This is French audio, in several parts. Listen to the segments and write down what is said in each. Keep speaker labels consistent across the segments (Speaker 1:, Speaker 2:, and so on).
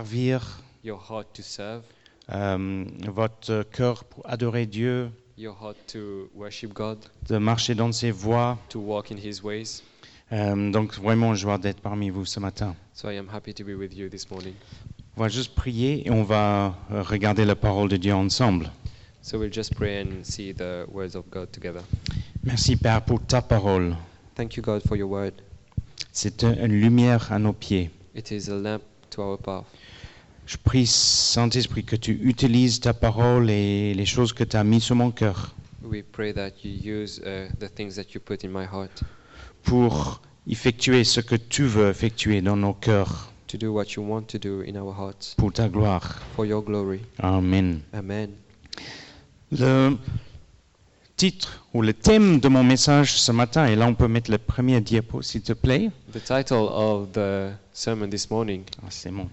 Speaker 1: servir,
Speaker 2: your heart to serve,
Speaker 1: euh, votre cœur pour adorer Dieu,
Speaker 2: your heart to worship God,
Speaker 1: de marcher dans ses voies.
Speaker 2: to walk in His ways.
Speaker 1: Euh, donc vraiment, joie d'être parmi vous ce matin.
Speaker 2: So I am happy to be with you this morning.
Speaker 1: On va juste prier et on va euh, regarder la parole de Dieu ensemble.
Speaker 2: So we'll just pray and see the words of God together.
Speaker 1: Merci Père pour ta parole.
Speaker 2: Thank you, God, for your word.
Speaker 1: C'est un- une lumière à nos pieds.
Speaker 2: It is a lamp to our path.
Speaker 1: Je prie, Saint-Esprit, que tu utilises ta parole et les choses que tu as mises sur mon cœur
Speaker 2: We pray that you use uh, the things that you put in my heart
Speaker 1: pour effectuer ce que tu veux effectuer dans nos cœurs
Speaker 2: to do what you want to do in our hearts
Speaker 1: pour ta gloire.
Speaker 2: for your glory.
Speaker 1: Amen.
Speaker 2: Amen.
Speaker 1: Le titre ou le thème de mon message ce matin, et là on peut mettre le premier diapo s'il te plaît.
Speaker 2: The title of the sermon this morning
Speaker 1: Ah, c'est bon.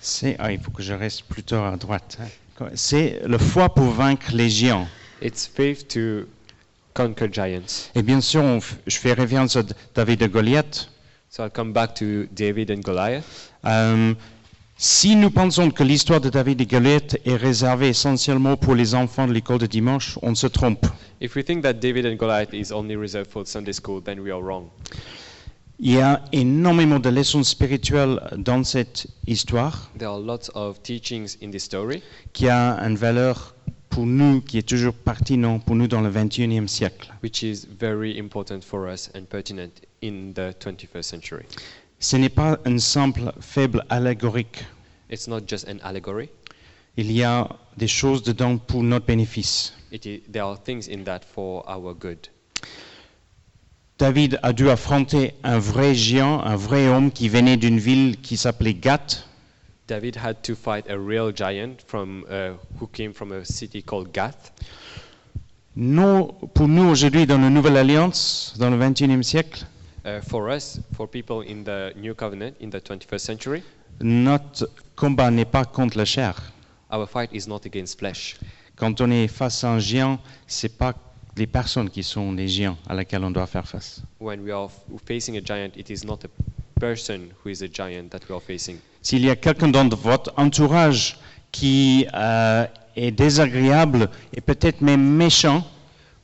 Speaker 1: C'est, ah, il faut que je reste plutôt à droite. hein. C'est le foi pour vaincre les géants.
Speaker 2: it's faith to conquer giants.
Speaker 1: Et bien sûr, on f- je fais référence à D- David de Goliath.
Speaker 2: So I'll come back to David and Goliath.
Speaker 1: Euh, si nous pensons que l'histoire de David et Goliath est réservée essentiellement pour les enfants de l'école de dimanche, on se trompe.
Speaker 2: If we think that David and Goliath is only reserved for Sunday school, then we are wrong.
Speaker 1: Il y a énormément de leçons spirituelles dans cette histoire
Speaker 2: There are lots of teachings in this story
Speaker 1: qui a une valeur pour nous qui est toujours pertinente pour nous dans le 21e siècle.
Speaker 2: which is very important for us and pertinent in the 21st century.
Speaker 1: Ce n'est pas une simple faible allégorique.
Speaker 2: It's not just an allegory.
Speaker 1: Il y a des choses dedans pour notre bénéfice.
Speaker 2: It i there are things in that for our good.
Speaker 1: David a dû affronter un vrai géant, un vrai homme qui venait d'une ville qui s'appelait Gath.
Speaker 2: David had to fight a real giant from uh, who came from a city called Gath.
Speaker 1: Nous, pour nous aujourd'hui dans la Nouvelle Alliance, dans le 21e siècle,
Speaker 2: Uh, for us, for people in the New Covenant in the 21st century,
Speaker 1: notre combat n'est pas contre la chair.
Speaker 2: our fight is not against flesh.
Speaker 1: Quand on est face à un géant, c'est pas les personnes qui sont les géants à laquelle on doit faire face.
Speaker 2: When we are f- facing a giant, it is not a person who is a giant that we are facing.
Speaker 1: S'il y a quelqu'un dans votre entourage qui euh, est désagréable et peut-être même méchant,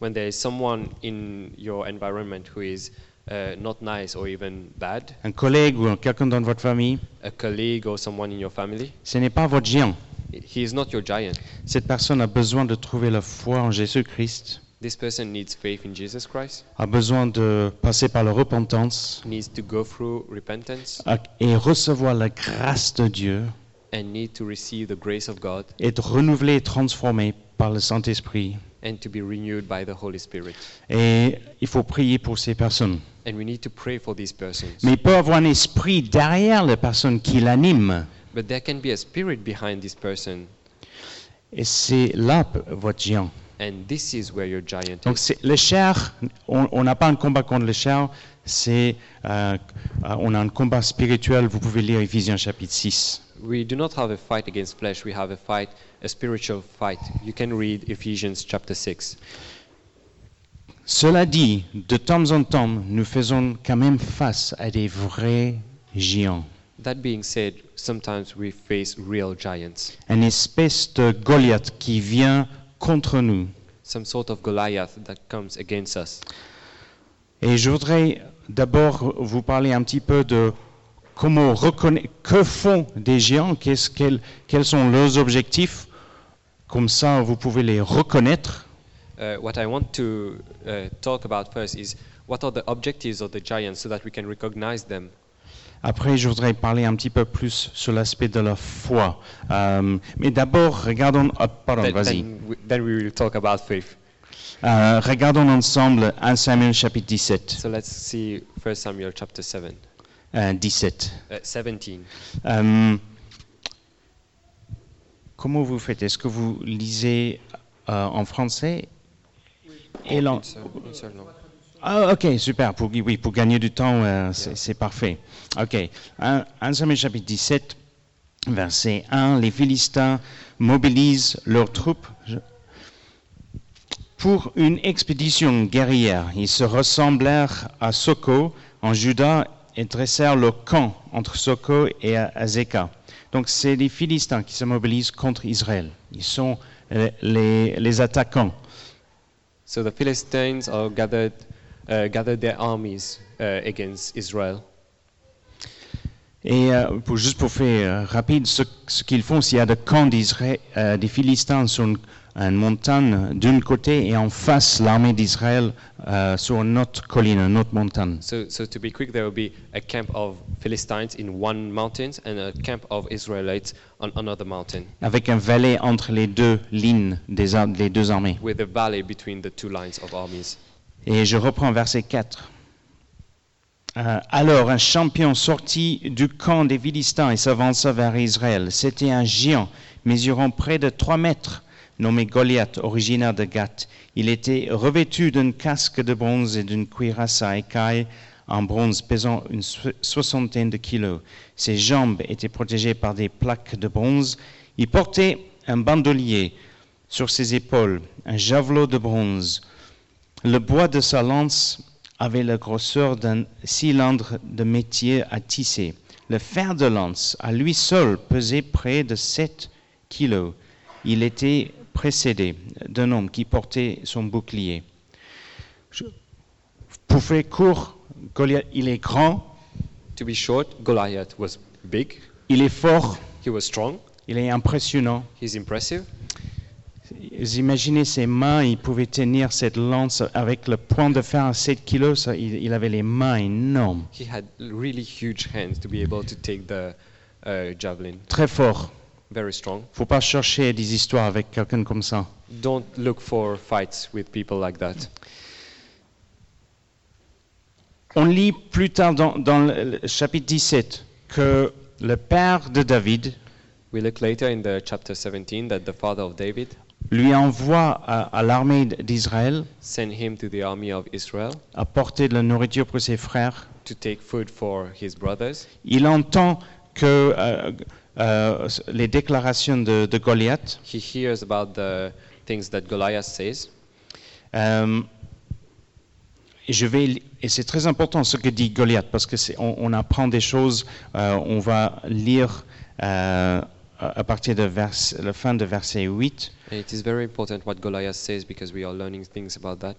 Speaker 2: When there is someone in your environment who is uh, not nice or even bad,
Speaker 1: un collègue ou quelqu'un dans votre famille,
Speaker 2: a colleague or someone in your family,
Speaker 1: ce n'est pas votre géant.
Speaker 2: i- he is not your giant.
Speaker 1: Cette personne a besoin de trouver la foi en Jésus-Christ,
Speaker 2: This person needs faith in Jesus Christ,
Speaker 1: a besoin de passer par la repentance
Speaker 2: needs to go through repentance,
Speaker 1: à- et recevoir la grâce de Dieu,
Speaker 2: and need to receive the grace of God
Speaker 1: être renouvelé et transformé par le Saint-Esprit.
Speaker 2: and to be renewed by the Holy Spirit.
Speaker 1: Et il faut prier pour ces personnes.
Speaker 2: And we need to pray for these persons.
Speaker 1: Mais il peut avoir un esprit derrière les personnes qui l'animent.
Speaker 2: But there can be a spirit behind this person,
Speaker 1: Et c'est là p- votre géant.
Speaker 2: and this is where your giant
Speaker 1: Donc
Speaker 2: is.
Speaker 1: c'est- le chair, on on n'a pas un combat contre le chair, c'est, euh, euh, on a un combat spirituel. Vous pouvez lire Éphésiens chapitre 6.
Speaker 2: We do not have a fight against flesh, we have a fight, a spiritual fight. You can read Ephesians chapter 6.
Speaker 1: Cela dit, de temps en temps, nous faisons quand même face à des vrais géants,
Speaker 2: That being said, sometimes we face real giants,
Speaker 1: une espèce de Goliath qui vient contre nous.
Speaker 2: some sort of Goliath that comes against us.
Speaker 1: Et je voudrais d'abord vous parler un petit peu de comment reconnaître, que font des géants, qu'est-ce qu'elles- quels sont leurs objectifs. Comme ça, vous pouvez les reconnaître.
Speaker 2: Uh, what I want to uh, talk about first is what are the objectives of the giants so that we can recognize them.
Speaker 1: Après, je voudrais parler un petit peu plus sur l'aspect de la foi. Euh, mais d'abord, regardons, ah, pardon,
Speaker 2: Then,
Speaker 1: vas-y.
Speaker 2: then, we, then we will talk about faith.
Speaker 1: Euh, regardons ensemble 1 Samuel chapitre 17.
Speaker 2: So let's see 1 Samuel chapter 7,
Speaker 1: euh, 17.
Speaker 2: uh, 17.
Speaker 1: Euh, comment vous faites Est-ce que vous lisez euh, en français et l'an- Ah, ok, super. Pour, oui, pour gagner du temps, euh, c'est c'est parfait. Ok. 1 1 Samuel chapitre 17, verset 1. Les Philistins mobilisent leurs troupes je- pour une expédition guerrière. Ils se ressemblèrent à Soko en Juda et dressèrent le camp entre Soko et Azekah. Donc c'est les Philistins qui se mobilisent contre Israël. Ils sont euh, les, les attaquants.
Speaker 2: So the Philistines are gathered, uh, gathered their armies uh, against Israel.
Speaker 1: Et euh, pour, juste pour faire euh, rapide, ce, ce qu'ils font, s'il y a des camps d'Israël, euh, des Philistins sur une, une montagne d'un côté et en face l'armée d'Israël euh, sur une autre colline, une autre montagne.
Speaker 2: So, so to be quick, there will be a camp of Philistines in one mountain and a camp of Israelites on another mountain,
Speaker 1: avec un valet entre les deux lignes des, ar- des deux armées.
Speaker 2: with a valley between the two lines of armies.
Speaker 1: Et je reprends verset 4. Euh, alors un champion sortit du camp des Philistins et s'avança vers Israël. C'était un géant, mesurant près de 3 mètres, nommé Goliath, originaire de Gath. Il était revêtu d'un casque de bronze et d'une cuirasse à écailles en bronze pesant une so- soixantaine de kilos. Ses jambes étaient protégées par des plaques de bronze. Il portait un bandolier sur ses épaules, un javelot de bronze. Le bois de sa lance avait la grosseur d'un cylindre de métier à tisser. Le fer de lance, à lui seul, pesait près de 7 kilos. Il était précédé d'un homme qui portait son bouclier. Je- Pour faire court, Goliath, il est grand,
Speaker 2: To be short, Goliath was big,
Speaker 1: il est fort,
Speaker 2: he was strong,
Speaker 1: il est impressionnant.
Speaker 2: he's impressive.
Speaker 1: Vous imaginez ses mains, il pouvait tenir cette lance avec le point de fer à 7 kilos, ça, il- il avait les mains énormes,
Speaker 2: He had really huge hands to be able to take the uh, javelin.
Speaker 1: très fort.
Speaker 2: Very strong.
Speaker 1: faut pas chercher des histoires avec quelqu'un comme ça.
Speaker 2: Don't look for fights with people like that.
Speaker 1: On lit plus tard dans, dans le le chapitre 17 que le père de David
Speaker 2: We look later in the chapter 17 that the father of David
Speaker 1: lui envoie à, à l'armée d'Israël
Speaker 2: sent him to the army of Israel
Speaker 1: apporter de la nourriture pour ses frères.
Speaker 2: to take food for his brothers.
Speaker 1: Il entend que euh, euh, les déclarations de, de Goliath,
Speaker 2: He hears about the things that Goliath says.
Speaker 1: euh, et je vais li- et c'est très important ce que dit Goliath parce que c'est- on, on apprend des choses. euh, on va lire euh, à à partir de vers, la fin de verset 8.
Speaker 2: And it is very important what Goliath says because we are learning things about that.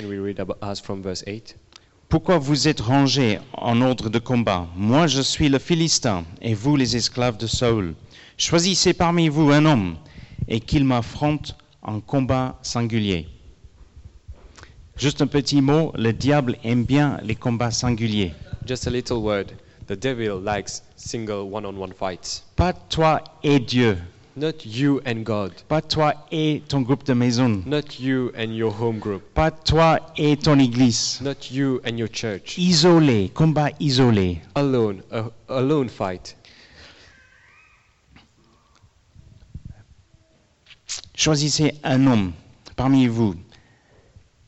Speaker 2: And we read about us from verse 8.
Speaker 1: Pourquoi vous êtes rangés en ordre de combat Moi je suis le Philistin et vous les esclaves de Saül. Choisissez parmi vous un homme et qu'il m'affronte en combat singulier. Juste un petit mot, le diable aime bien les combats singuliers.
Speaker 2: Just a little word. The devil likes single one on one fights.
Speaker 1: Pas toi et Dieu,
Speaker 2: Not you and God.
Speaker 1: pas toi et ton groupe de maison,
Speaker 2: Not you and your home group.
Speaker 1: pas toi et ton église.
Speaker 2: Not you and your church.
Speaker 1: Isolé, combat isolé.
Speaker 2: Alone. A alone fight.
Speaker 1: Choisissez un homme parmi vous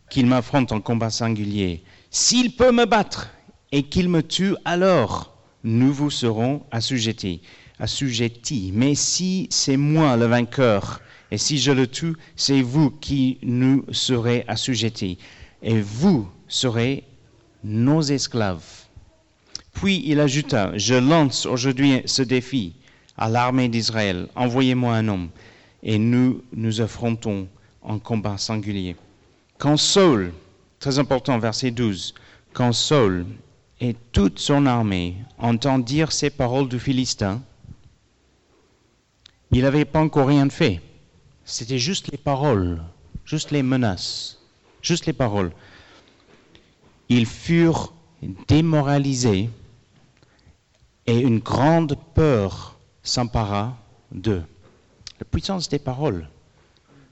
Speaker 1: qu'il m'affronte en combat singulier. S'il peut me battre et qu'il me tue, alors nous vous serons assujettis. assujettis. Mais si c'est moi le vainqueur et si je le tue, c'est vous qui nous serez assujettis. Et vous serez nos esclaves. Puis il ajouta, je lance aujourd'hui ce défi à l'armée d'Israël, envoyez-moi un homme, et nous nous affrontons en combat singulier. Quand Saul, très important, verset 12, quand Saul et toute son armée entendirent ces paroles du Philistin, il n'avait pas encore rien fait. C'était juste les paroles, juste les menaces, juste les paroles. Ils furent démoralisés et une grande peur s'empara d'eux. La puissance des paroles.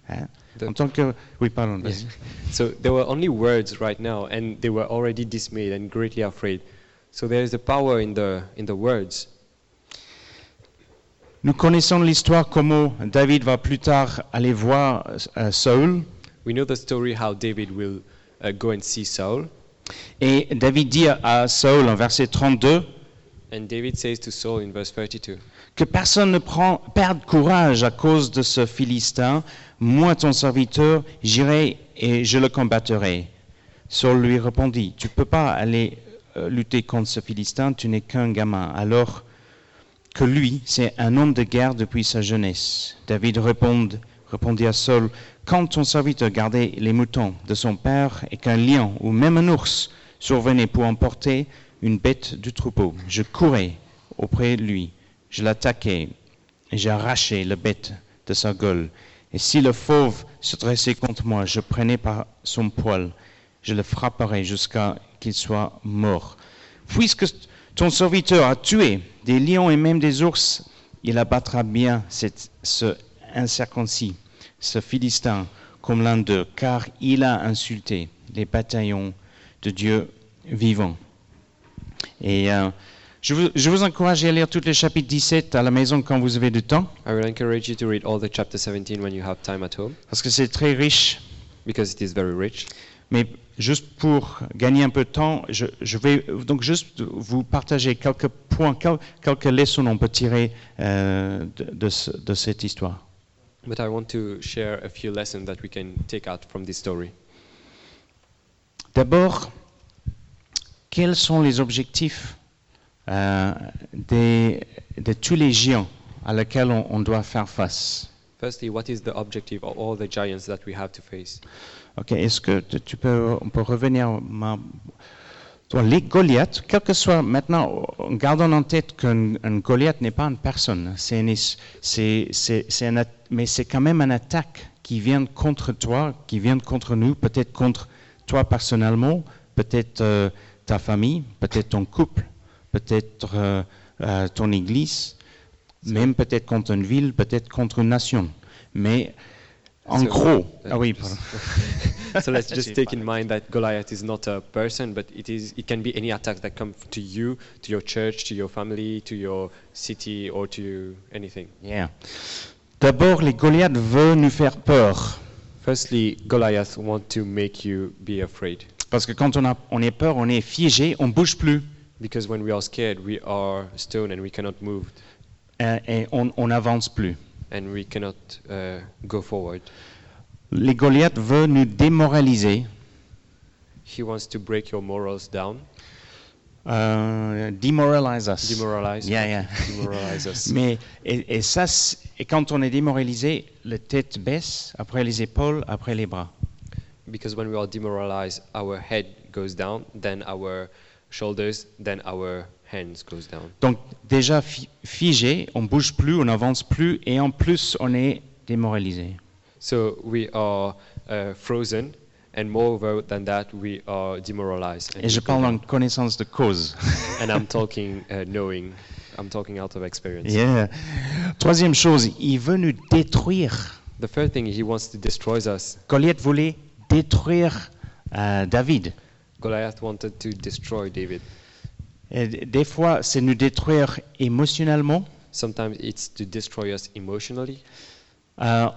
Speaker 1: hein.
Speaker 2: De-
Speaker 1: En tant que... Oui, pardon. vas-y.
Speaker 2: So there were only words right now, and they were already dismayed and greatly afraid. So there is the power in the in the words.
Speaker 1: Nous connaissons l'histoire comment David va plus tard aller voir euh, Saül.
Speaker 2: We know the story how David will uh, go and see Saul,
Speaker 1: Et David dit à Saül en verset 32
Speaker 2: and David says to Saul in verse 32,
Speaker 1: que personne ne prend- perde courage à cause de ce Philistin. Moi, ton serviteur, j'irai et je le combattrai. Saul lui répondit, tu peux pas aller euh, lutter contre ce Philistin, tu n'es qu'un gamin. Alors que lui, c'est un homme de guerre depuis sa jeunesse. David répond, répondit à Saul, quand ton serviteur gardait les moutons de son père et qu'un lion ou même un ours survenait pour emporter une bête du troupeau, je courais auprès de lui, je l'attaquais et j'arrachais la bête de sa gueule. Et si le fauve se dressait contre moi, je prenais par son poil, je le frapperai jusqu'à qu'il soit mort. Puisque ton serviteur a tué des lions et même des ours, il abattra bien cet, ce incirconcis, ce Philistin, comme l'un d'eux, car il a insulté les bataillons de Dieu vivant. Et euh, je, vous, je vous encourage à lire tout le chapitre 17 à la maison quand vous avez du temps,
Speaker 2: I will encourage you to read all the chapter 17 when you have time at home,
Speaker 1: parce que c'est très riche.
Speaker 2: because it is very rich.
Speaker 1: Mais juste pour gagner un peu de temps, je, je vais donc juste vous partager quelques points, quel- quelques leçons on peut tirer euh, de, de ce- de cette histoire.
Speaker 2: But I want to share a few lessons that we can take out from this story.
Speaker 1: D'abord, quels sont les objectifs euh, des- de tous les géants à lesquels on, on doit faire face
Speaker 2: Firstly, what is the objective of all the giants that we have to face?
Speaker 1: Ok, Est-ce que tu tu peux, on peut revenir ma- toi, les Goliaths, quel que soit maintenant, gardons en tête qu'un un Goliath n'est pas une personne, c'est une es- c'est- c'est- c'est un at- mais c'est quand même une attaque qui vient contre toi, qui vient contre nous, peut-être contre toi personnellement, peut-être euh, ta famille, peut-être ton couple, peut-être euh, euh, ton église, même peut-être contre une ville, peut-être contre une nation. Mais en
Speaker 2: So-
Speaker 1: gros,
Speaker 2: uh,
Speaker 1: ah oui,
Speaker 2: just-
Speaker 1: pardon.
Speaker 2: so let's just
Speaker 1: Actually,
Speaker 2: take in
Speaker 1: fine.
Speaker 2: mind that Goliath is not a person, but it is. It can be any attack that comes to you, to your church, to your family, to your city, or to anything.
Speaker 1: Yeah. D'abord, les Goliaths veulent nous faire peur.
Speaker 2: Firstly, Goliath want to make you be afraid,
Speaker 1: Parce que quand on, a, on est peur, on est figé, on bouge plus.
Speaker 2: because when we are scared, we are stone and we cannot move,
Speaker 1: euh, et on on n'avance plus.
Speaker 2: and we cannot uh, go forward.
Speaker 1: Les Goliaths veulent nous démoraliser,
Speaker 2: He wants to break your morals down,
Speaker 1: euh, demoralize us.
Speaker 2: demoralize,
Speaker 1: Yeah, yeah.
Speaker 2: demoralize us.
Speaker 1: Mais, et, et ça, c'est- et quand on est démoralisé, la tête baisse, après les épaules, après les bras.
Speaker 2: because when we are demoralized our head goes down then our shoulders then our hands goes down
Speaker 1: Donc déjà fi- figé, on bouge plus, on n'avance plus, et en plus, on est démoralisé.
Speaker 2: so we are uh, frozen and moreover than that we are demoralized and,
Speaker 1: Et je
Speaker 2: we go
Speaker 1: parle en
Speaker 2: down.
Speaker 1: connaissance de cause.
Speaker 2: and i'm talking uh, knowing i'm talking out of experience
Speaker 1: Yeah. Troisième chose, il veut nous détruire.
Speaker 2: the first thing he wants to destroy us
Speaker 1: Goliath voulait détruire euh, David.
Speaker 2: goliath wanted to destroy david
Speaker 1: Et d- des fois, c'est nous détruire émotionnellement.
Speaker 2: sometimes it's to destroy us emotionally
Speaker 1: Euh,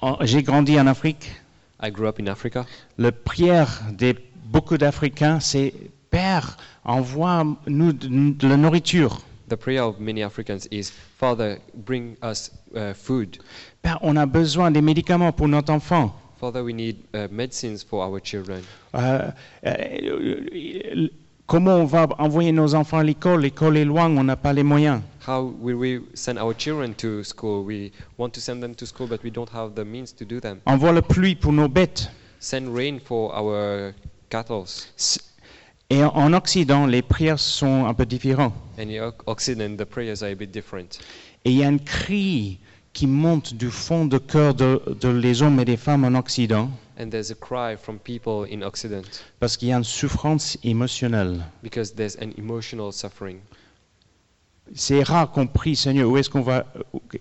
Speaker 1: en- J'ai grandi en Afrique.
Speaker 2: i grew up in africa
Speaker 1: La prière de beaucoup d'Africains, c'est Père, envoie-nous de, de la nourriture.
Speaker 2: the prayer of many africans is father bring us uh, food
Speaker 1: Père, on a besoin des médicaments pour notre enfant.
Speaker 2: Father, we need uh, medicines for our children.
Speaker 1: Euh, euh, comment on va envoyer nos enfants à l'école L'école est loin, on n'a pas les moyens.
Speaker 2: How will we send our children to school? We want to send them to school, but we don't have the means to do them.
Speaker 1: Envoie la pluie pour nos bêtes.
Speaker 2: Send rain for our cattle.
Speaker 1: S- Et en- en Occident, les prières sont un peu différentes.
Speaker 2: And in Oc- Occident, the prayers are a bit different.
Speaker 1: Et il y a un cri qui monte du fond de cœur de, de les hommes et des femmes en Occident,
Speaker 2: And there's a cry from people in Occident
Speaker 1: parce qu'il y a une souffrance émotionnelle.
Speaker 2: because there's an emotional suffering.
Speaker 1: C'est rare qu'on prie, Seigneur, où est-ce qu'on va,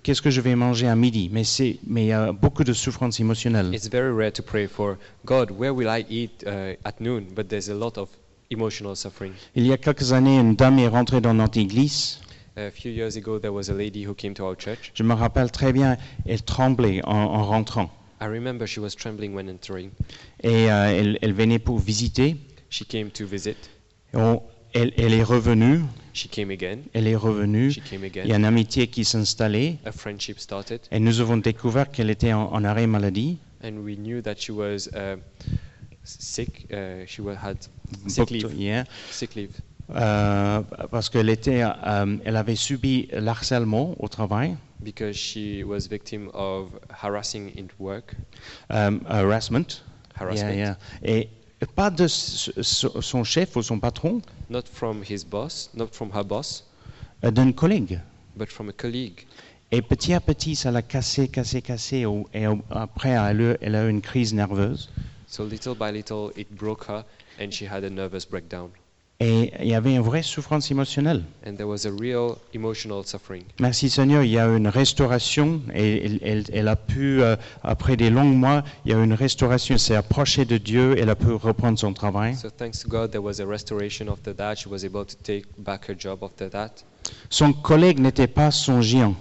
Speaker 1: qu'est-ce que je vais manger à midi Mais c'est, mais il y a beaucoup de souffrance émotionnelle.
Speaker 2: It's very rare to pray for God, where will I eat uh, at noon? But there's a lot of emotional suffering.
Speaker 1: Il y a quelques années, une dame est rentrée dans notre église.
Speaker 2: A few years ago, there was a lady who came to our church.
Speaker 1: Je me rappelle très bien, elle tremblait en, en rentrant.
Speaker 2: I remember she was trembling when entering.
Speaker 1: Et euh, elle, elle venait pour visiter.
Speaker 2: She came to visit.
Speaker 1: Et on- elle, elle est revenue.
Speaker 2: She came again.
Speaker 1: Elle est revenue.
Speaker 2: She came
Speaker 1: Il y a
Speaker 2: again.
Speaker 1: une amitié qui s'est installée
Speaker 2: A friendship started,
Speaker 1: et nous avons découvert qu'elle était en, en arrêt maladie,
Speaker 2: and we knew that she was uh, sick. Uh, she wa- had sick
Speaker 1: booked-
Speaker 2: leave.
Speaker 1: yeah.
Speaker 2: Sick leave.
Speaker 1: euh, parce qu'elle était, euh, elle avait subi l'harcèlement au travail,
Speaker 2: because she was victim of harassing in work,
Speaker 1: euh, harassment,
Speaker 2: harassment,
Speaker 1: Yeah, yeah. et pas de s- s- son chef ou son patron,
Speaker 2: not from his boss, not from her boss,
Speaker 1: euh, d'un collègue.
Speaker 2: but from a colleague.
Speaker 1: Et petit à petit, ça l'a cassé, cassé, cassé, au- et au- après, elle a, eu- elle a eu une crise nerveuse.
Speaker 2: So little by little, it broke her, and she had a nervous breakdown.
Speaker 1: Et il y avait une vraie souffrance émotionnelle.
Speaker 2: And there was a real emotional suffering.
Speaker 1: Merci Seigneur, il y a eu une restauration et elle, elle- elle a pu, euh, après des longs mois, il y a eu une restauration, elle s'est approchée de Dieu, elle a pu reprendre son travail.
Speaker 2: So thanks to God, there was a restoration after that. She was able to take back her job after that.
Speaker 1: Son collègue n'était pas son géant,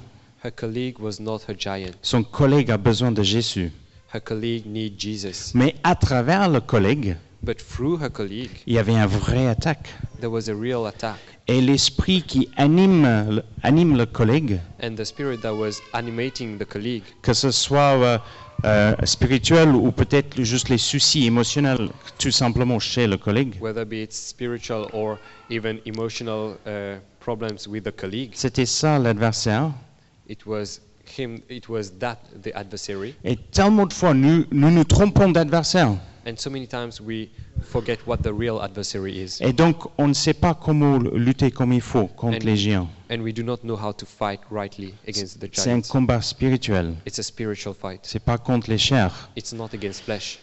Speaker 2: Her colleague was not her giant.
Speaker 1: son collègue a besoin de Jésus.
Speaker 2: Her colleague need Jesus.
Speaker 1: Mais à travers le collègue,
Speaker 2: But through her colleague,
Speaker 1: il y avait un vrai attaque.
Speaker 2: there was a real attack.
Speaker 1: Et l'esprit qui anime, le- anime le collègue,
Speaker 2: And the spirit that was animating the colleague,
Speaker 1: que ce soit euh, euh, spirituel ou peut-être juste les soucis émotionnels, tout simplement chez le collègue,
Speaker 2: whether be it spiritual or even emotional uh, problems with the colleague,
Speaker 1: c'était ça l'adversaire.
Speaker 2: it was him, it was that the adversary.
Speaker 1: Et tellement de fois, nous nous, nous trompons d'adversaire.
Speaker 2: And so many times we forget what the real adversary is,
Speaker 1: Et donc, on ne sait pas comment lutter comme il faut contre
Speaker 2: And-
Speaker 1: les géants.
Speaker 2: and we do not know how to fight rightly against the
Speaker 1: C'est un
Speaker 2: giants.
Speaker 1: combat spirituel.
Speaker 2: It's a spiritual fight.
Speaker 1: C'est pas contre les chairs.
Speaker 2: It's not against flesh.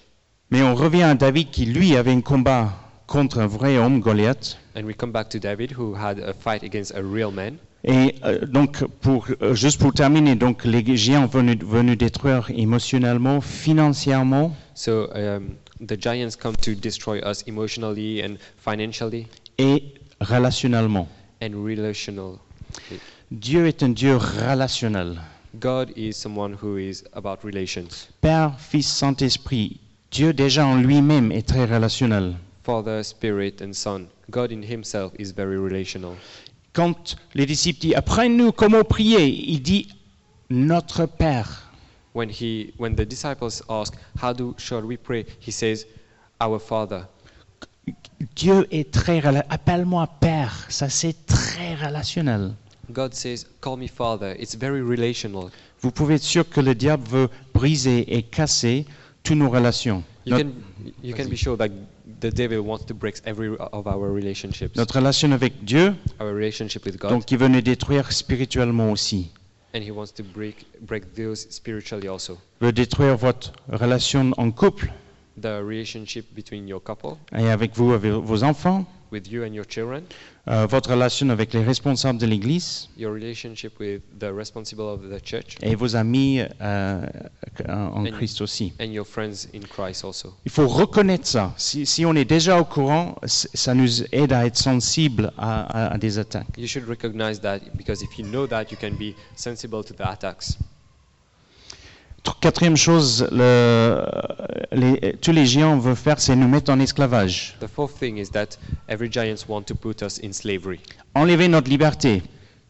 Speaker 1: Mais on revient à David qui, lui, avait un combat contre un vrai homme, Goliath.
Speaker 2: And we come back to David, who had a fight against a real man.
Speaker 1: Et euh, donc, pour, euh, juste pour terminer, donc les géants venus, venus détruire émotionnellement, financièrement,
Speaker 2: So um, the giants come to destroy us emotionally and financially
Speaker 1: et relationnellement.
Speaker 2: and relational.
Speaker 1: Dieu est un Dieu relationnel.
Speaker 2: God is someone who is about relations.
Speaker 1: Père, Fils, Saint-Esprit, Dieu déjà en lui-même est très relationnel.
Speaker 2: Father, Spirit, and Son. God in Himself is very relational.
Speaker 1: Quand les disciples disent Apprends-nous comment prier, il dit Notre Père.
Speaker 2: When He, when the disciples ask, "How do shall we pray?" He says, "Our Father."
Speaker 1: Dieu est très rela- Appelle-moi Père. Ça, c'est très relationnel.
Speaker 2: God says, "Call me Father." It's very relational.
Speaker 1: Vous pouvez être sûr que le diable veut briser et casser toutes nos relations.
Speaker 2: You
Speaker 1: Notre-
Speaker 2: can you can be sure that the devil wants to break every of our relationships,
Speaker 1: notre relation avec Dieu,
Speaker 2: our relationship with God,
Speaker 1: donc il veut nous détruire spirituellement aussi.
Speaker 2: and he wants to break break those spiritually also.
Speaker 1: Il veut détruire votre relation en couple
Speaker 2: The relationship between your couple,
Speaker 1: et avec vous, avec vos enfants,
Speaker 2: with you and your children,
Speaker 1: euh, votre relation avec les responsables de l'Église
Speaker 2: your relationship with the responsible of the church,
Speaker 1: et vos amis euh, en
Speaker 2: Et-
Speaker 1: Christ aussi.
Speaker 2: and your friends in Christ also.
Speaker 1: Il faut reconnaître ça. Si, si on est déjà au courant, c- ça nous aide à être sensible à, à- à des attaques.
Speaker 2: You should recognize that because if you know that, you can be sensible to the attacks.
Speaker 1: Tr- Quatrième chose, le- les- tous les géants veulent faire, c'est nous mettre en esclavage,
Speaker 2: The fourth thing is that every giants want to put us in slavery,
Speaker 1: enlever notre liberté.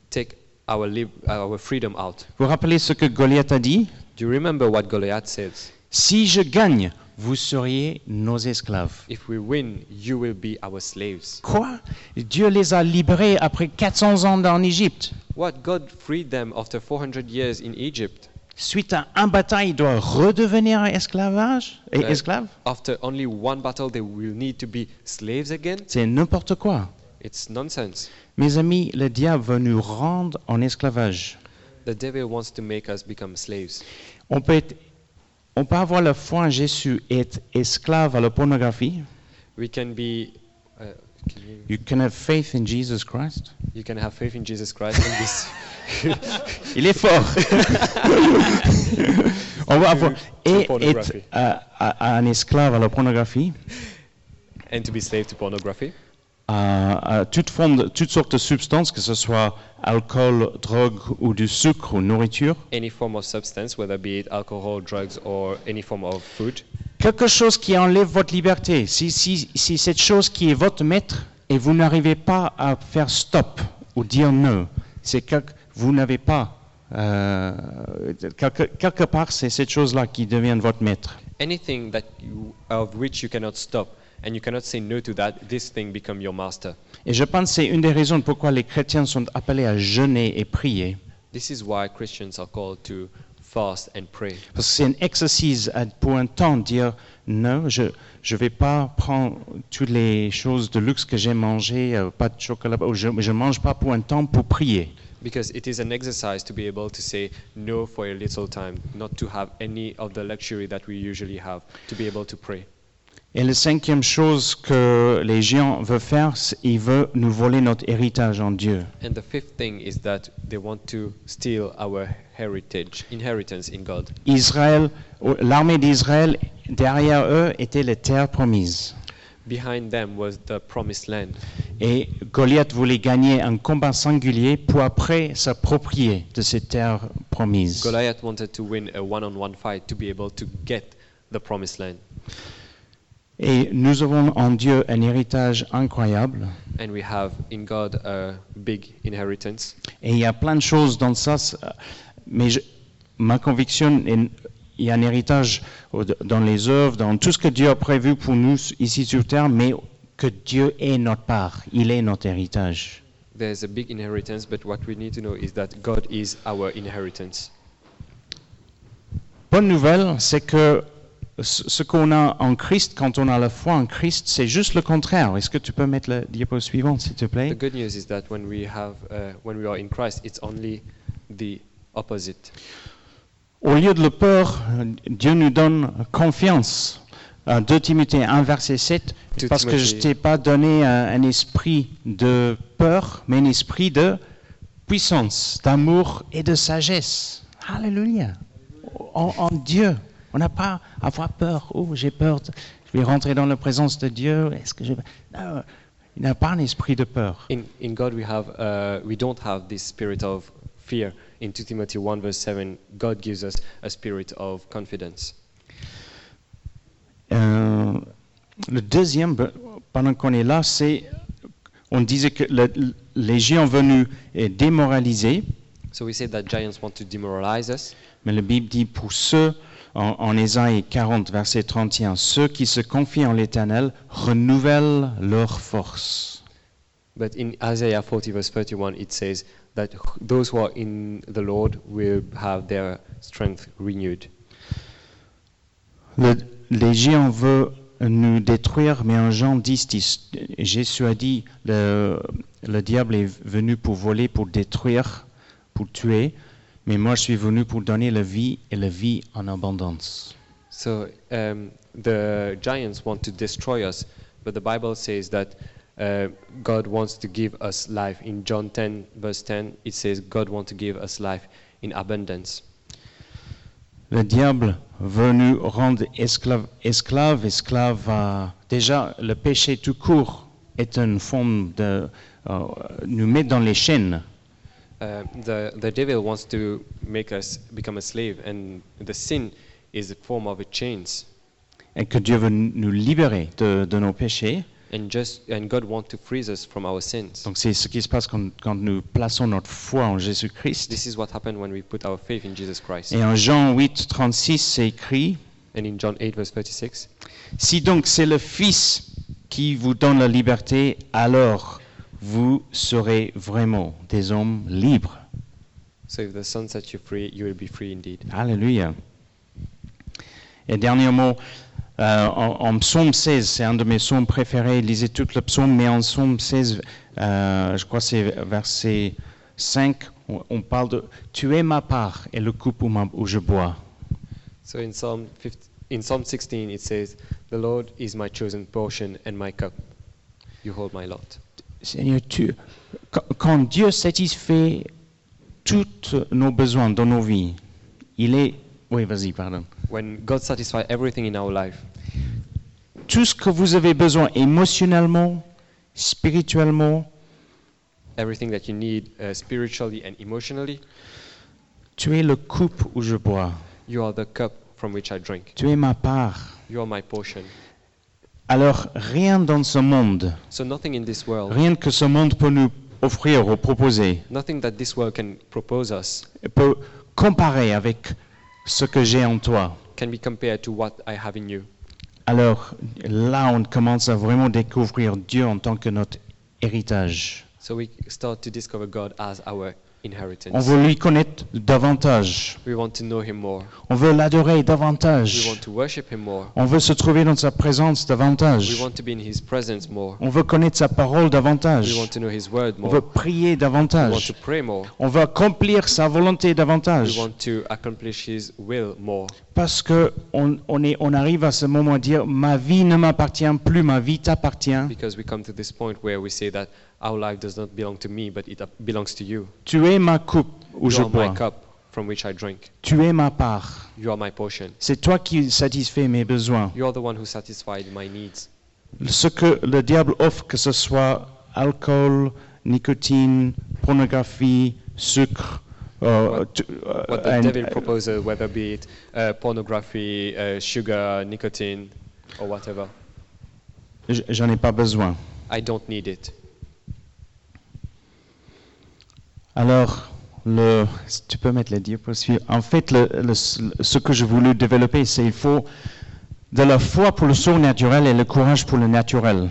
Speaker 2: take our lib- our freedom out.
Speaker 1: Vous vous rappelez ce que Goliath a dit
Speaker 2: Do you remember what Goliath says?
Speaker 1: Si je gagne, vous seriez nos esclaves.
Speaker 2: If we win, you will be our slaves.
Speaker 1: Quoi Dieu les a libérés après 400 ans en Égypte.
Speaker 2: What God freed them after 400 years in Egypt,
Speaker 1: Suite à un bataille, ils doivent redevenir esclavage, et
Speaker 2: Euh.
Speaker 1: esclaves
Speaker 2: after only one battle, they will need to be slaves again?
Speaker 1: C'est n'importe quoi.
Speaker 2: It's nonsense.
Speaker 1: Mes amis, le diable veut nous rendre en esclavage.
Speaker 2: The devil wants to make us become slaves.
Speaker 1: On peut, être- on peut avoir la foi en Jésus et être esclave à la pornographie.
Speaker 2: We can be. Uh, can you,
Speaker 1: You can have faith in Jesus Christ.
Speaker 2: you can have faith in Jesus Christ and be, s-
Speaker 1: Il est fort. on va avoir et être
Speaker 2: pornographie.
Speaker 1: euh, à- à un esclave à la pornographie,
Speaker 2: and to be slave to pornography,
Speaker 1: Euh, à, à toute forme de- toutes sortes de substances, que ce soit alcool, drogue ou du sucre ou nourriture.
Speaker 2: any form of substance, whether be it alcohol, drugs, or any form of food.
Speaker 1: Quelque chose qui enlève votre liberté. Si, si, si cette chose qui est votre maître et vous n'arrivez pas à faire stop ou dire non, c'est quelque, vous n'avez pas. euh, quelque, quelque part, c'est cette chose-là qui devient votre maître.
Speaker 2: Anything that you, of which you cannot stop and you cannot say no to that. This thing become your master.
Speaker 1: Et je pense que c'est une des raisons pourquoi les chrétiens sont appelés à jeûner et prier.
Speaker 2: This is why Christians are called to fast and pray.
Speaker 1: Parce que c'est un exercice à- pour un temps dire non, je ne vais pas prendre toutes les choses de luxe que j'ai mangées, euh, pas de chocolat, ou je ne mange pas pour un temps pour prier.
Speaker 2: Because it is an exercise to be able to say no for a little time, not to have any of the luxury that we usually have, to be able to pray.
Speaker 1: Et la cinquième chose que les géants veulent faire, c'est ils veulent nous voler notre héritage en Dieu.
Speaker 2: And the fifth thing is that they want to steal our heritage, inheritance in God.
Speaker 1: Israël, l'armée d'Israël, derrière eux, était les terres promises.
Speaker 2: Behind them was the promised land.
Speaker 1: Et Goliath voulait gagner un combat singulier pour après s'approprier de ces terres promises.
Speaker 2: Goliath wanted to win a one on one fight to be able to get the promised land.
Speaker 1: Et nous avons en Dieu un héritage incroyable.
Speaker 2: And we have in God a big inheritance.
Speaker 1: Et il y a plein de choses dans ça. c'est- Mais je- ma conviction, est- il y a un héritage au- dans les œuvres, dans tout ce que Dieu a prévu pour nous ici sur Terre, mais que Dieu est notre part. Il est notre héritage.
Speaker 2: There's a big inheritance, but what we need to know is that God is our inheritance.
Speaker 1: Bonne nouvelle, c'est que ce ce qu'on a en Christ, quand on a la foi en Christ, c'est juste le contraire. Est-ce que tu peux mettre la diapo suivante, s'il te
Speaker 2: The
Speaker 1: plaît
Speaker 2: good news is that when we have, uh, when we are in Christ, it's only the opposite.
Speaker 1: Au lieu de la peur, Dieu nous donne confiance. Euh, 2 Timothée 1, verset 7,
Speaker 2: Deux
Speaker 1: parce que je
Speaker 2: Timothée.
Speaker 1: t'ai pas donné un, un esprit de peur, mais un esprit de puissance, d'amour et de sagesse. Alléluia. En, en Dieu, on n'a pas à avoir peur. Oh, j'ai peur. de- Je vais rentrer dans la présence de Dieu. Est-ce que je... Non, il n'a pas un esprit de peur.
Speaker 2: In, in God, we have, uh, we don't have this spirit of fear. In 2 Timothy 1 verse 7, God gives us a spirit of confidence.
Speaker 1: Euh, le deuxième, ben, pendant qu'on est là, c'est on disait que le- les géants venus est démoralisés,
Speaker 2: So we say that giants want to demoralize us,
Speaker 1: mais la Bible dit pour ceux en, en Ésaïe 40, verset 31, ceux qui se confient en l'Éternel renouvellent leur force.
Speaker 2: but in Isaiah 40 verse 31, it says that those who are in the Lord will have their strength renewed.
Speaker 1: Le- les géants veulent nous détruire, mais en Jean 10, 10, Jésus a dit le, le diable est venu pour voler, pour détruire, pour tuer, mais moi je suis venu pour donner la vie et la vie en abondance.
Speaker 2: So um, the giants want to destroy us, but the Bible says that uh, God wants to give us life. In John 10, verse 10, it says, God wants to give us life in abundance.
Speaker 1: Le diable venu rendre esclave, esclave, esclave à- Déjà, le péché tout court est une forme de... euh, nous met dans les chaînes.
Speaker 2: Uh, the, the devil wants to make us become a slave, and the sin is a form of a chains.
Speaker 1: Et que Dieu veut nous libérer de, de nos péchés.
Speaker 2: And, just, and God wants to freeze us from our sins.
Speaker 1: Donc c'est ce qui se passe quand, quand nous plaçons notre foi en Jésus-Christ.
Speaker 2: This is what happened when we put our faith in Jesus Christ.
Speaker 1: Et en Jean 8, 36, c'est écrit,
Speaker 2: And in John 8, verse 36,
Speaker 1: Si donc c'est le Fils qui vous donne la liberté, alors vous serez vraiment des hommes libres.
Speaker 2: so if the Son sets you free, you will be free indeed.
Speaker 1: Alléluia. Et dernier mot, euh, en, en psaume 16, c'est un de mes psaumes préférés, lisez tout le psaume, mais en psaume 16, euh, je crois que c'est verset 5, on, on parle de Tu es ma part et le coupe où, ma- où je bois.
Speaker 2: So in Psalm 15, in Psalm 16 it says, "The Lord is my chosen portion and my cup; you hold my lot."
Speaker 1: Seigneur, tu, quand, quand Dieu satisfait tous nos besoins dans nos vies, il est. Oui, vas-y, pardon.
Speaker 2: When God satisfies everything in our life,
Speaker 1: Tout ce que vous avez besoin émotionnellement, spirituellement,
Speaker 2: everything that you need uh, spiritually and emotionally,
Speaker 1: tu es le coupe où je bois.
Speaker 2: you are the cup from which I drink.
Speaker 1: Tu es ma part.
Speaker 2: You are my portion.
Speaker 1: Alors rien dans ce monde,
Speaker 2: So nothing in this world,
Speaker 1: rien que ce monde peut nous offrir ou proposer,
Speaker 2: nothing that this world can propose us
Speaker 1: peut comparer avec ce que j'ai en toi.
Speaker 2: can be compared to what I have in you.
Speaker 1: Alors là, on commence à vraiment découvrir Dieu en tant que notre héritage.
Speaker 2: So we start to discover God as our inheritance.
Speaker 1: On veut lui connaître davantage.
Speaker 2: We want to know Him more.
Speaker 1: On veut l'adorer
Speaker 2: We
Speaker 1: davantage.
Speaker 2: want to worship Him more.
Speaker 1: On veut se trouver dans sa présence
Speaker 2: We
Speaker 1: davantage.
Speaker 2: want to be in His presence more.
Speaker 1: On veut connaître sa parole
Speaker 2: We
Speaker 1: davantage.
Speaker 2: want to know His word
Speaker 1: On veut
Speaker 2: more.
Speaker 1: prier
Speaker 2: We want to
Speaker 1: davantage.
Speaker 2: pray more.
Speaker 1: On veut accomplir sa volonté
Speaker 2: We
Speaker 1: davantage.
Speaker 2: want to accomplish His will more.
Speaker 1: Parce que on, on est, on arrive à ce moment à dire ma vie ne m'appartient plus, ma vie t'appartient.
Speaker 2: Because we come to this point where we say that our life does not belong to me, but it ap- belongs to you.
Speaker 1: Tu es ma coupe où je
Speaker 2: You are my
Speaker 1: bois.
Speaker 2: cup from which I drink.
Speaker 1: Tu es ma part.
Speaker 2: You are my portion.
Speaker 1: C'est toi qui satisfais mes besoins.
Speaker 2: You are the one who satisfied my needs.
Speaker 1: Ce que le diable offre, que ce soit alcool, nicotine, pornographie, sucre, euh,
Speaker 2: What-
Speaker 1: tu- euh,
Speaker 2: What the
Speaker 1: and-
Speaker 2: devil proposes, whether be it uh, pornography, uh, sugar, nicotine, or whatever,
Speaker 1: j- j'en ai pas besoin.
Speaker 2: I don't need it.
Speaker 1: Alors, le, si tu peux mettre le diapositive. En fait, le- le- ce que je voulais développer, c'est il faut de la foi pour le surnaturel et le courage pour le naturel.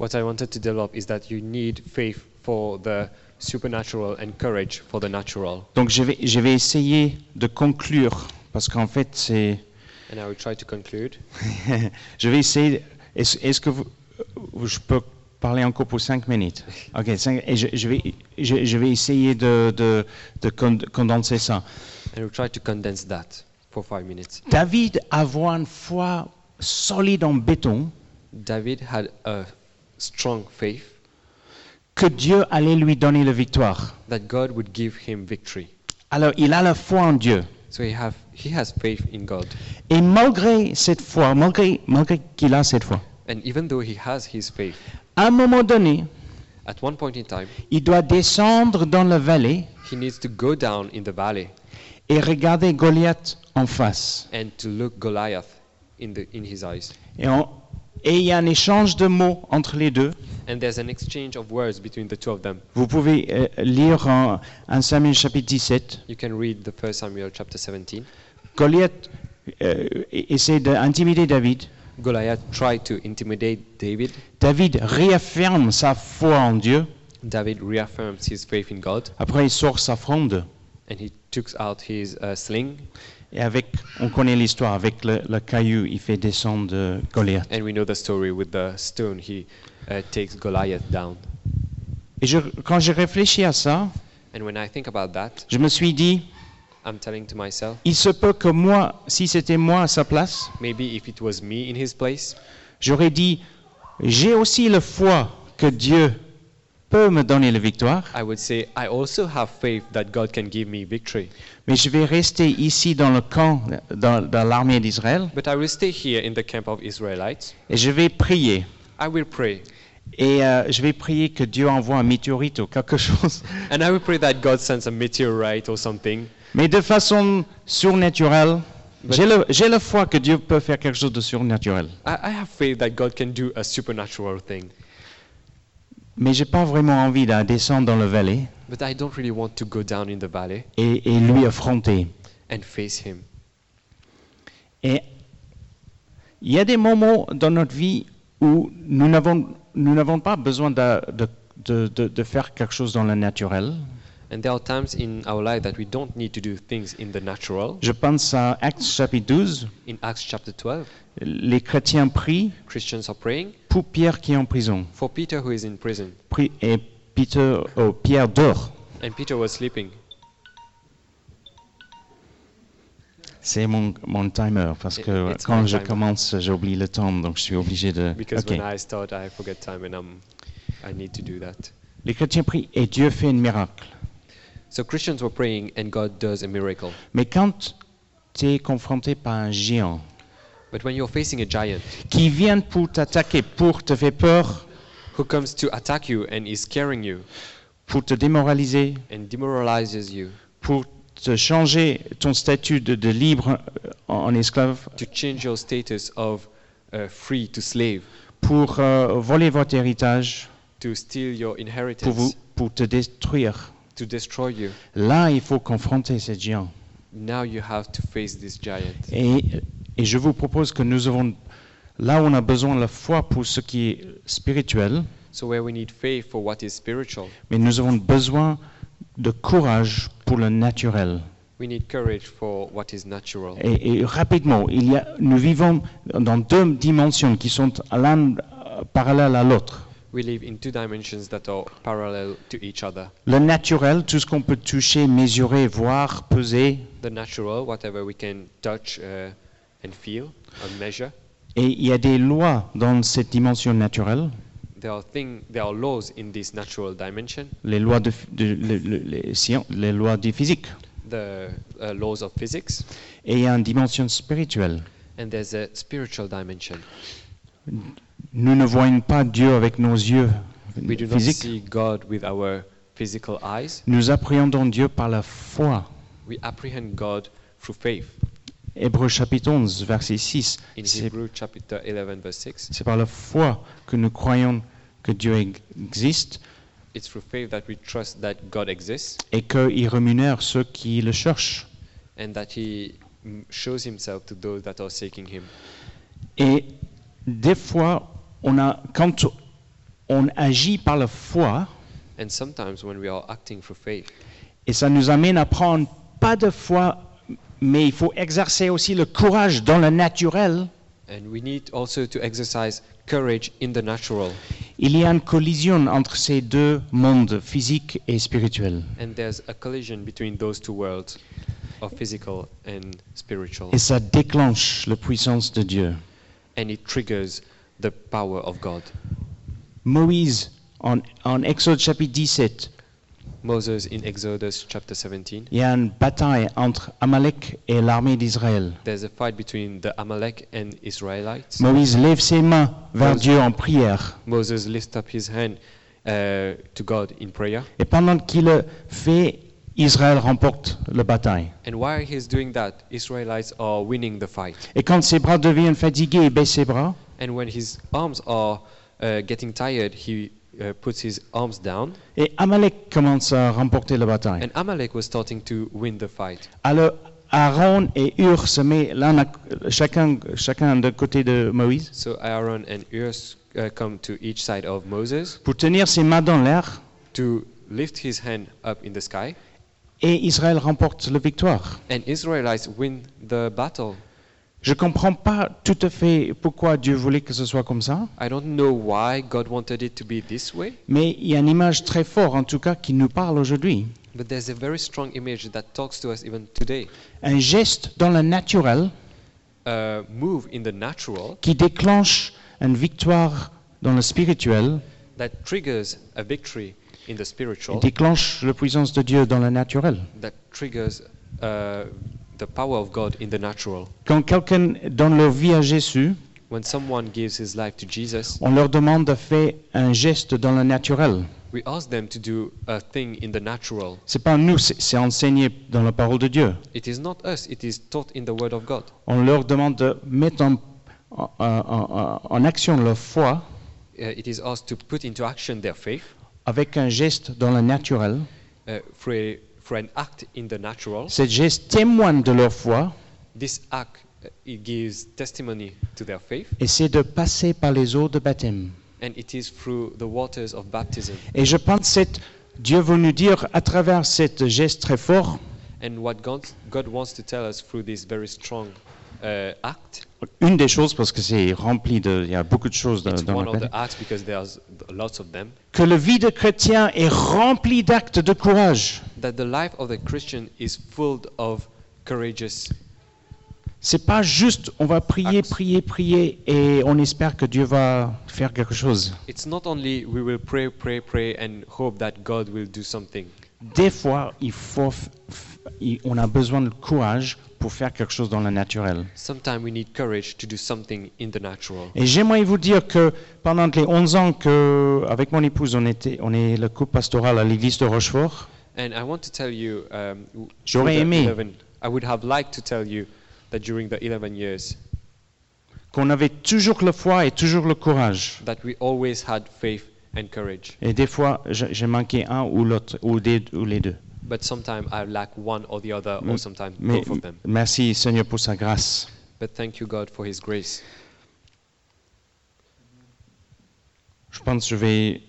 Speaker 2: What I wanted to develop is that you need faith for the supernatural and courage for the natural.
Speaker 1: Donc, je vais, je vais essayer de conclure, parce qu'en fait, c'est...
Speaker 2: And I will try to conclude.
Speaker 1: je vais essayer. Est-ce est-ce que vous- vous- je peux parler encore pour cinq minutes Ok, cinq- et je, je vais, je, je vais essayer de, de- de con- condenser ça.
Speaker 2: And I will try to condense that for five minutes.
Speaker 1: David avoir une foi solide en béton
Speaker 2: David had a strong faith
Speaker 1: que Dieu allait lui donner la victoire.
Speaker 2: that God would give him victory.
Speaker 1: Alors il a la foi en Dieu.
Speaker 2: So he, have, he has faith in God.
Speaker 1: Et malgré cette foi, malgré, malgré qu'il a cette foi,
Speaker 2: And even though he has his faith,
Speaker 1: à un moment donné,
Speaker 2: at one point in time,
Speaker 1: il doit descendre dans la vallée
Speaker 2: he needs to go down in the valley
Speaker 1: et regarder Goliath en face.
Speaker 2: and to look Goliath in, the, in his eyes.
Speaker 1: Et on- et il y a un échange de mots entre les deux.
Speaker 2: And there's an exchange of words between the two of them.
Speaker 1: Vous pouvez euh, lire en, en Samuel chapitre 17.
Speaker 2: You can read the first Samuel chapter 17.
Speaker 1: Goliath euh, essaie d'intimider David.
Speaker 2: Goliath tried to intimidate David.
Speaker 1: David réaffirme sa foi en Dieu.
Speaker 2: David reaffirms his faith in God
Speaker 1: Après, il sort sa fronde.
Speaker 2: and he took out his uh, sling.
Speaker 1: Et avec, on connaît l'histoire, avec le, le caillou, il fait descendre euh, Goliath.
Speaker 2: And we know the story with the stone, he uh, takes Goliath down.
Speaker 1: Et je- quand j'ai réfléchi à ça,
Speaker 2: And when I think about that,
Speaker 1: je me suis dit,
Speaker 2: I'm telling to myself,
Speaker 1: il se peut que moi, si c'était moi à sa place,
Speaker 2: maybe if it was me in his place,
Speaker 1: j'aurais dit, j'ai aussi la foi que Dieu peut me donner la victoire,
Speaker 2: I would say, I also have faith that God can give me victory.
Speaker 1: mais je vais rester ici dans le camp, dans- dans l'armée d'Israël.
Speaker 2: But I will stay here in the camp of Israelites.
Speaker 1: Et je vais prier.
Speaker 2: I will pray.
Speaker 1: Et euh, je vais prier que Dieu envoie un météorite ou quelque chose,
Speaker 2: And I will pray that God sends a meteorite or something.
Speaker 1: mais de façon surnaturelle. J'ai le- J'ai la foi que Dieu peut faire quelque chose de surnaturel,
Speaker 2: I, I have faith that God can do a supernatural thing.
Speaker 1: mais j'ai pas vraiment envie de descendre dans le vallée
Speaker 2: But I don't really want to go down in the valley
Speaker 1: et, et lui affronter.
Speaker 2: and face Him.
Speaker 1: Et il y a des moments dans notre vie où nous n'avons nous n'avons pas besoin de, de- de- de- de faire quelque chose dans le naturel.
Speaker 2: And there are times in our life that we don't need to do things in the natural.
Speaker 1: Je pense à Actes chapitre 12,
Speaker 2: In Acts chapter 12,
Speaker 1: les chrétiens prient
Speaker 2: Christians are praying
Speaker 1: pour Pierre qui est en prison.
Speaker 2: for Peter who is in prison.
Speaker 1: Pri- et Peter, oh, Pierre dort.
Speaker 2: And Peter was sleeping.
Speaker 1: C'est mon, mon timer parce que
Speaker 2: It's
Speaker 1: quand
Speaker 2: my
Speaker 1: je
Speaker 2: timer.
Speaker 1: commence, j'oublie le temps, donc je suis obligé de.
Speaker 2: Because
Speaker 1: Ok.
Speaker 2: when I start, I forget time and I'm, I need to do that.
Speaker 1: Les chrétiens prient et Dieu fait un miracle.
Speaker 2: So Christians were praying and God does a miracle.
Speaker 1: Mais quand tu es confronté par un géant
Speaker 2: But when you're facing a giant
Speaker 1: qui vient pour t'attaquer, pour te faire peur,
Speaker 2: who comes to attack you and is scaring you
Speaker 1: pour te démoraliser,
Speaker 2: and demoralizes you,
Speaker 1: pour te changer ton statut de, de libre en, en esclave,
Speaker 2: to change your status of uh, free to slave,
Speaker 1: pour euh, voler votre héritage,
Speaker 2: to steal your inheritance,
Speaker 1: pour, vous, pour te détruire,
Speaker 2: to destroy you,
Speaker 1: là il faut confronter ce géant.
Speaker 2: now you have to face this giant.
Speaker 1: Et, et je vous propose que nous avons Là où on a besoin de la foi pour ce qui est spirituel,
Speaker 2: So where we need faith for what is spiritual,
Speaker 1: mais nous avons besoin de courage pour le naturel.
Speaker 2: we need courage for what is natural.
Speaker 1: Et, et rapidement, il y a, nous vivons dans deux dimensions qui sont l'un euh, parallèle à l'autre.
Speaker 2: We live in two dimensions that are parallel to each other.
Speaker 1: Le naturel, tout ce qu'on peut toucher, mesurer, voir, peser,
Speaker 2: The natural, whatever we can touch uh, and feel and measure.
Speaker 1: et il y a des lois dans cette dimension naturelle,
Speaker 2: There are thing, there are laws in this natural dimension,
Speaker 1: les lois de, ph- de- le- le- les, scien- les lois de physique,
Speaker 2: the uh, laws of physics,
Speaker 1: et il y a une dimension spirituelle.
Speaker 2: and there's a spiritual dimension.
Speaker 1: Nous ne voyons pas Dieu avec nos yeux
Speaker 2: We do not
Speaker 1: physiques.
Speaker 2: see God with our physical eyes.
Speaker 1: Nous appréhendons Dieu par la foi.
Speaker 2: We apprehend God through faith.
Speaker 1: Hébreux chapitre 11, verset 6.
Speaker 2: In
Speaker 1: C'est
Speaker 2: Hebrew chapter 11 verse 6,
Speaker 1: c'est par la foi que nous croyons que Dieu ex- existe
Speaker 2: it's through faith that we trust that God exists
Speaker 1: et qu'il rémunère ceux qui le cherchent.
Speaker 2: and that He mm, shows Himself to those that are seeking Him.
Speaker 1: Et des fois, on a, quand on agit par la foi,
Speaker 2: And sometimes when we are acting through faith,
Speaker 1: et ça nous amène à prendre pas de foi, mais il faut exercer aussi le courage dans le naturel,
Speaker 2: and we need also to exercise courage in the natural.
Speaker 1: il y a une collision entre ces deux mondes, physique et spirituel.
Speaker 2: And there's a collision between those two worlds of physical and spiritual,
Speaker 1: Et ça déclenche la puissance de Dieu.
Speaker 2: and it triggers the power of God.
Speaker 1: Moïse, en, en Exode chapitre 17,
Speaker 2: Moses in Exodus chapter 17,
Speaker 1: il y a une bataille entre Amalek et l'armée d'Israël.
Speaker 2: there's a fight between the Amalek and Israelites.
Speaker 1: Moïse lève ses mains vers Dieu en prière.
Speaker 2: Moses lifts up his hand uh, to God in prayer.
Speaker 1: Et pendant qu'il le fait, Israël remporte la bataille.
Speaker 2: And while he's doing that, Israelites are winning the fight.
Speaker 1: Et quand ses bras deviennent fatigués, il baisse ses bras.
Speaker 2: And when his arms are uh, getting tired, he uh, puts his arms down.
Speaker 1: Et Amalek commence à remporter la bataille.
Speaker 2: And Amalek was starting to win the fight.
Speaker 1: Alors Aaron et Hur se mettent l'un à- chacun, chacun de côté de Moïse
Speaker 2: So Aaron and Ur uh, come to each side of Moses
Speaker 1: pour tenir ses mains dans l'air.
Speaker 2: to lift his hand up in the sky.
Speaker 1: Et Israël remporte la victoire.
Speaker 2: And Israelites win the battle.
Speaker 1: Je ne comprends pas tout à fait pourquoi Dieu voulait que ce soit comme ça,
Speaker 2: I don't know why God wanted it to be this way,
Speaker 1: mais il y a une image très forte en tout cas qui nous parle aujourd'hui.
Speaker 2: but there's a very strong image that talks to us even today.
Speaker 1: Un geste dans le naturel
Speaker 2: uh, move in the natural
Speaker 1: qui déclenche une victoire dans le spirituel,
Speaker 2: that triggers a victory in the
Speaker 1: et
Speaker 2: spiritual,
Speaker 1: déclenche la puissance de Dieu dans le naturel.
Speaker 2: that triggers uh, the power of God in the natural.
Speaker 1: Quand quelqu'un donne leur vie à Jésus,
Speaker 2: When someone gives his life to Jesus,
Speaker 1: on leur demande de faire un geste dans le naturel.
Speaker 2: we ask them to do a thing in the natural.
Speaker 1: C'est pas nous, c'est c'est enseigné dans la parole de Dieu.
Speaker 2: It is not us, it is taught in the Word of God.
Speaker 1: On leur demande de mettre en, en- en- en- en action leur foi
Speaker 2: Uh, it is asked to put into action their faith
Speaker 1: avec un geste dans le naturel.
Speaker 2: uh, for, a, for an act in the natural.
Speaker 1: Ce geste témoigne de leur foi
Speaker 2: This act uh, it gives testimony to their faith,
Speaker 1: et c'est de passer par les eaux de baptême.
Speaker 2: and it is through the waters of baptism.
Speaker 1: Et je pense que c'est- Dieu veut nous dire à travers ce geste très fort
Speaker 2: And what God, God wants to tell us through this very strong uh, act,
Speaker 1: une des choses, parce que c'est rempli de. Il y a beaucoup de choses dans,
Speaker 2: it's
Speaker 1: dans
Speaker 2: one
Speaker 1: la
Speaker 2: of
Speaker 1: Bible.
Speaker 2: the acts because there's lots of them,
Speaker 1: que la vie de chrétien est remplie d'actes de courage.
Speaker 2: that the life of the Christian is full of courageous.
Speaker 1: C'est pas juste on va prier,
Speaker 2: Actes.
Speaker 1: prier, prier et on espère que Dieu va faire quelque chose.
Speaker 2: It's not only we will pray, pray, pray and hope that God will do something.
Speaker 1: Des fois, il faut, f- f- il- on a besoin de courage pour faire quelque chose dans le naturel.
Speaker 2: Sometimes we need courage to do something in the natural.
Speaker 1: Et j'aimerais vous dire que pendant les 11 ans que, avec mon épouse, on, était, on est le couple pastoral à l'église de Rochefort,
Speaker 2: And I want to tell you, um, w-
Speaker 1: J'aurais
Speaker 2: during the
Speaker 1: aimé.
Speaker 2: 11 I would have liked to tell you that during the 11 years
Speaker 1: qu'on avait toujours la foi et toujours le courage.
Speaker 2: that we always had faith and courage.
Speaker 1: Et des fois, je- j'ai manqué un ou l'autre, ou, des- ou les deux.
Speaker 2: But sometimes I lack one or the other, or sometimes
Speaker 1: Mais
Speaker 2: both of them.
Speaker 1: merci Seigneur pour sa grâce.
Speaker 2: But thank you, God, for His grace.
Speaker 1: Je pense que je vais.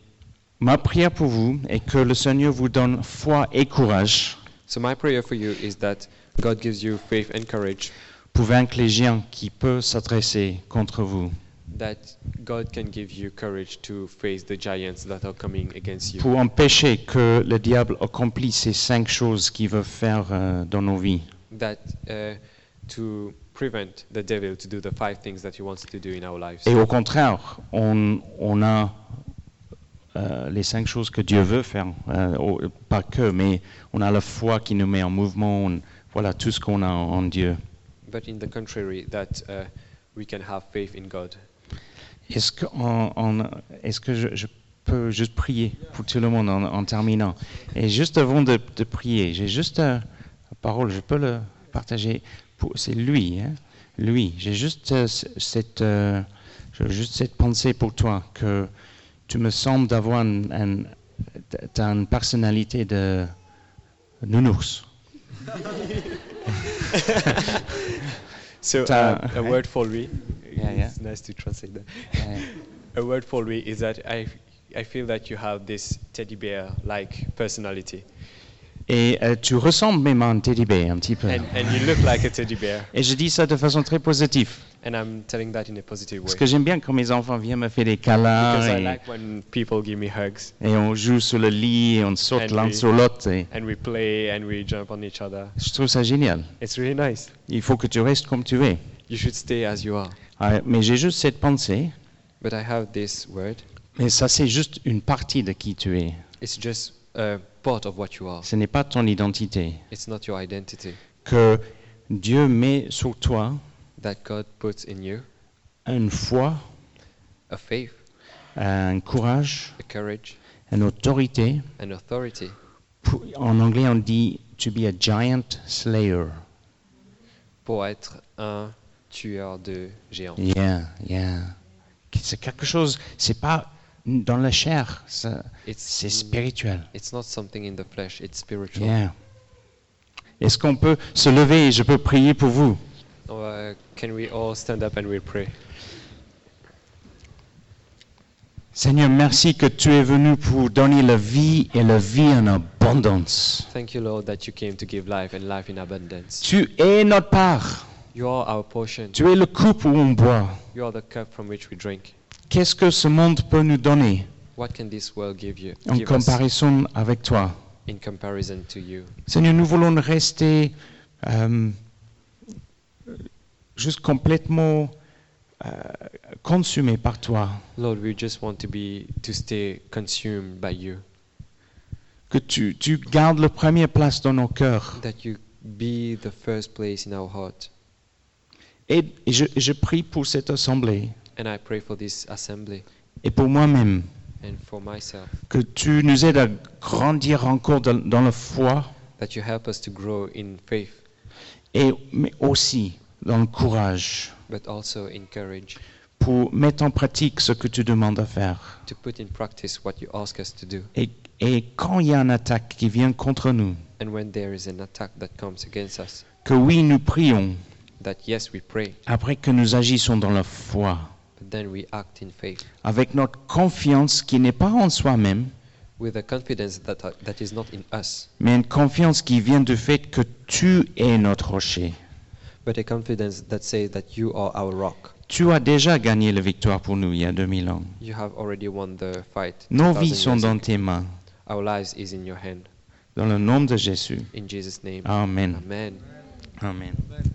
Speaker 1: Ma prière pour vous est que le Seigneur vous donne foi et courage
Speaker 2: So my prayer for you is that God gives you faith and courage,
Speaker 1: pour vaincre les géants qui peuvent s'adresser contre vous,
Speaker 2: that God can give you courage to face the giants that are coming against you,
Speaker 1: pour empêcher que le diable accomplisse ces cinq choses qu'il veut faire euh, dans nos vies.
Speaker 2: that uh, to prevent the devil to do the five things that he wants to do in our lives.
Speaker 1: Et au contraire, on, on a euh, les cinq choses que Dieu veut faire, euh, au- pas que, mais on a la foi qui nous met en mouvement, on- voilà tout ce qu'on a en Dieu.
Speaker 2: But in the contrary, that uh, we can have faith in God.
Speaker 1: Est-ce que, en- en- est-ce que je, je peux juste prier pour tout le monde en, en terminant Et juste avant de, de prier, j'ai juste euh, la parole, je peux le partager. pour- C'est lui, hein, lui. J'ai juste euh, c- cette, euh, j'ai juste cette pensée pour toi que tu me sembles d'avoir un- un- t'as une personnalité de nounours.
Speaker 2: So uh,
Speaker 1: Ta-
Speaker 2: a word for Louis.
Speaker 1: Yeah, yeah.
Speaker 2: It's nice to translate that.
Speaker 1: Euh,
Speaker 2: A word for Louis is that I, I feel that you have this teddy bear-like personality,
Speaker 1: Et euh, tu ressembles même à un teddy bear un petit peu.
Speaker 2: and, and you look like a teddy bear.
Speaker 1: Et je dis ça de façon très positive.
Speaker 2: And I'm telling that in a positive way.
Speaker 1: Parce que j'aime bien quand mes enfants viennent me faire des câlins
Speaker 2: Because I
Speaker 1: et,
Speaker 2: like when people give me hugs
Speaker 1: et on joue sur le lit et on saute
Speaker 2: And
Speaker 1: l'un
Speaker 2: we-
Speaker 1: sur l'autre. et
Speaker 2: and we play and we jump on each other.
Speaker 1: Je trouve ça génial.
Speaker 2: It's really nice.
Speaker 1: Il faut que tu restes comme tu es.
Speaker 2: You should stay as you are.
Speaker 1: Ah, Mais j'ai juste cette pensée,
Speaker 2: But I have this word.
Speaker 1: mais ça c'est juste une partie de qui tu es.
Speaker 2: It's just a part of what you are.
Speaker 1: Ce n'est pas ton identité.
Speaker 2: It's not your identity
Speaker 1: Que Dieu met sur toi
Speaker 2: that God puts in you.
Speaker 1: une foi,
Speaker 2: A faith,
Speaker 1: un courage,
Speaker 2: a courage,
Speaker 1: une autorité.
Speaker 2: an authority.
Speaker 1: Pour- En anglais on dit to be a giant slayer.
Speaker 2: pour être un tueur de géants.
Speaker 1: Yeah, yeah. C'est quelque chose, c'est pas dans la chair, ça- c'est
Speaker 2: It's,
Speaker 1: spirituel.
Speaker 2: it's not something in the flesh, it's spiritual.
Speaker 1: Yeah. Est-ce qu'on peut se lever et je peux prier pour vous
Speaker 2: Uh, can we all stand up and we'll pray?
Speaker 1: Seigneur, merci que tu es venu pour donner la vie et la vie en abondance.
Speaker 2: Thank you, Lord, that you came to give life and life in abundance.
Speaker 1: Tu es notre part.
Speaker 2: You are our portion.
Speaker 1: Tu es le coupe où on boit.
Speaker 2: You are the cup from which we drink.
Speaker 1: Qu'est-ce que ce monde peut nous donner
Speaker 2: What can this world give you
Speaker 1: en
Speaker 2: give us
Speaker 1: comparaison avec toi
Speaker 2: in comparison to you?
Speaker 1: Seigneur, nous voulons rester euh, juste complètement euh, consumés par toi.
Speaker 2: Lord, we just want to be to stay consumed by you.
Speaker 1: Que tu, tu gardes la première place dans nos cœurs.
Speaker 2: That you be the first place in our heart.
Speaker 1: Et je, je prie pour cette assemblée
Speaker 2: And I pray for this assembly
Speaker 1: et pour moi-même,
Speaker 2: and for myself
Speaker 1: que tu nous aides à grandir encore dans, dans la foi
Speaker 2: that you help us to grow in faith.
Speaker 1: et mais aussi dans le courage
Speaker 2: but also in courage
Speaker 1: pour mettre en pratique ce que tu demandes à faire.
Speaker 2: to put in practice what you ask us to do.
Speaker 1: Et, et quand il y a une attaque qui vient contre nous,
Speaker 2: And when there is an attack that comes against us,
Speaker 1: que oui, nous prions,
Speaker 2: that yes, we pray,
Speaker 1: après que nous agissons dans la foi,
Speaker 2: but then we act in faith
Speaker 1: avec notre confiance qui n'est pas en soi-même,
Speaker 2: with a confidence that, that is not in us,
Speaker 1: mais une confiance qui vient du fait que tu es notre rocher.
Speaker 2: but a confidence that says that you are our rock.
Speaker 1: Tu as déjà gagné la victoire pour nous il y a 2000 ans.
Speaker 2: You have already won the fight.
Speaker 1: Nos
Speaker 2: 2000
Speaker 1: vies sont
Speaker 2: years
Speaker 1: dans
Speaker 2: ago.
Speaker 1: tes mains,
Speaker 2: Our lives is in your hand.
Speaker 1: dans le nom de Jésus.
Speaker 2: In Jesus' name.
Speaker 1: Amen.
Speaker 2: Amen.
Speaker 1: Amen.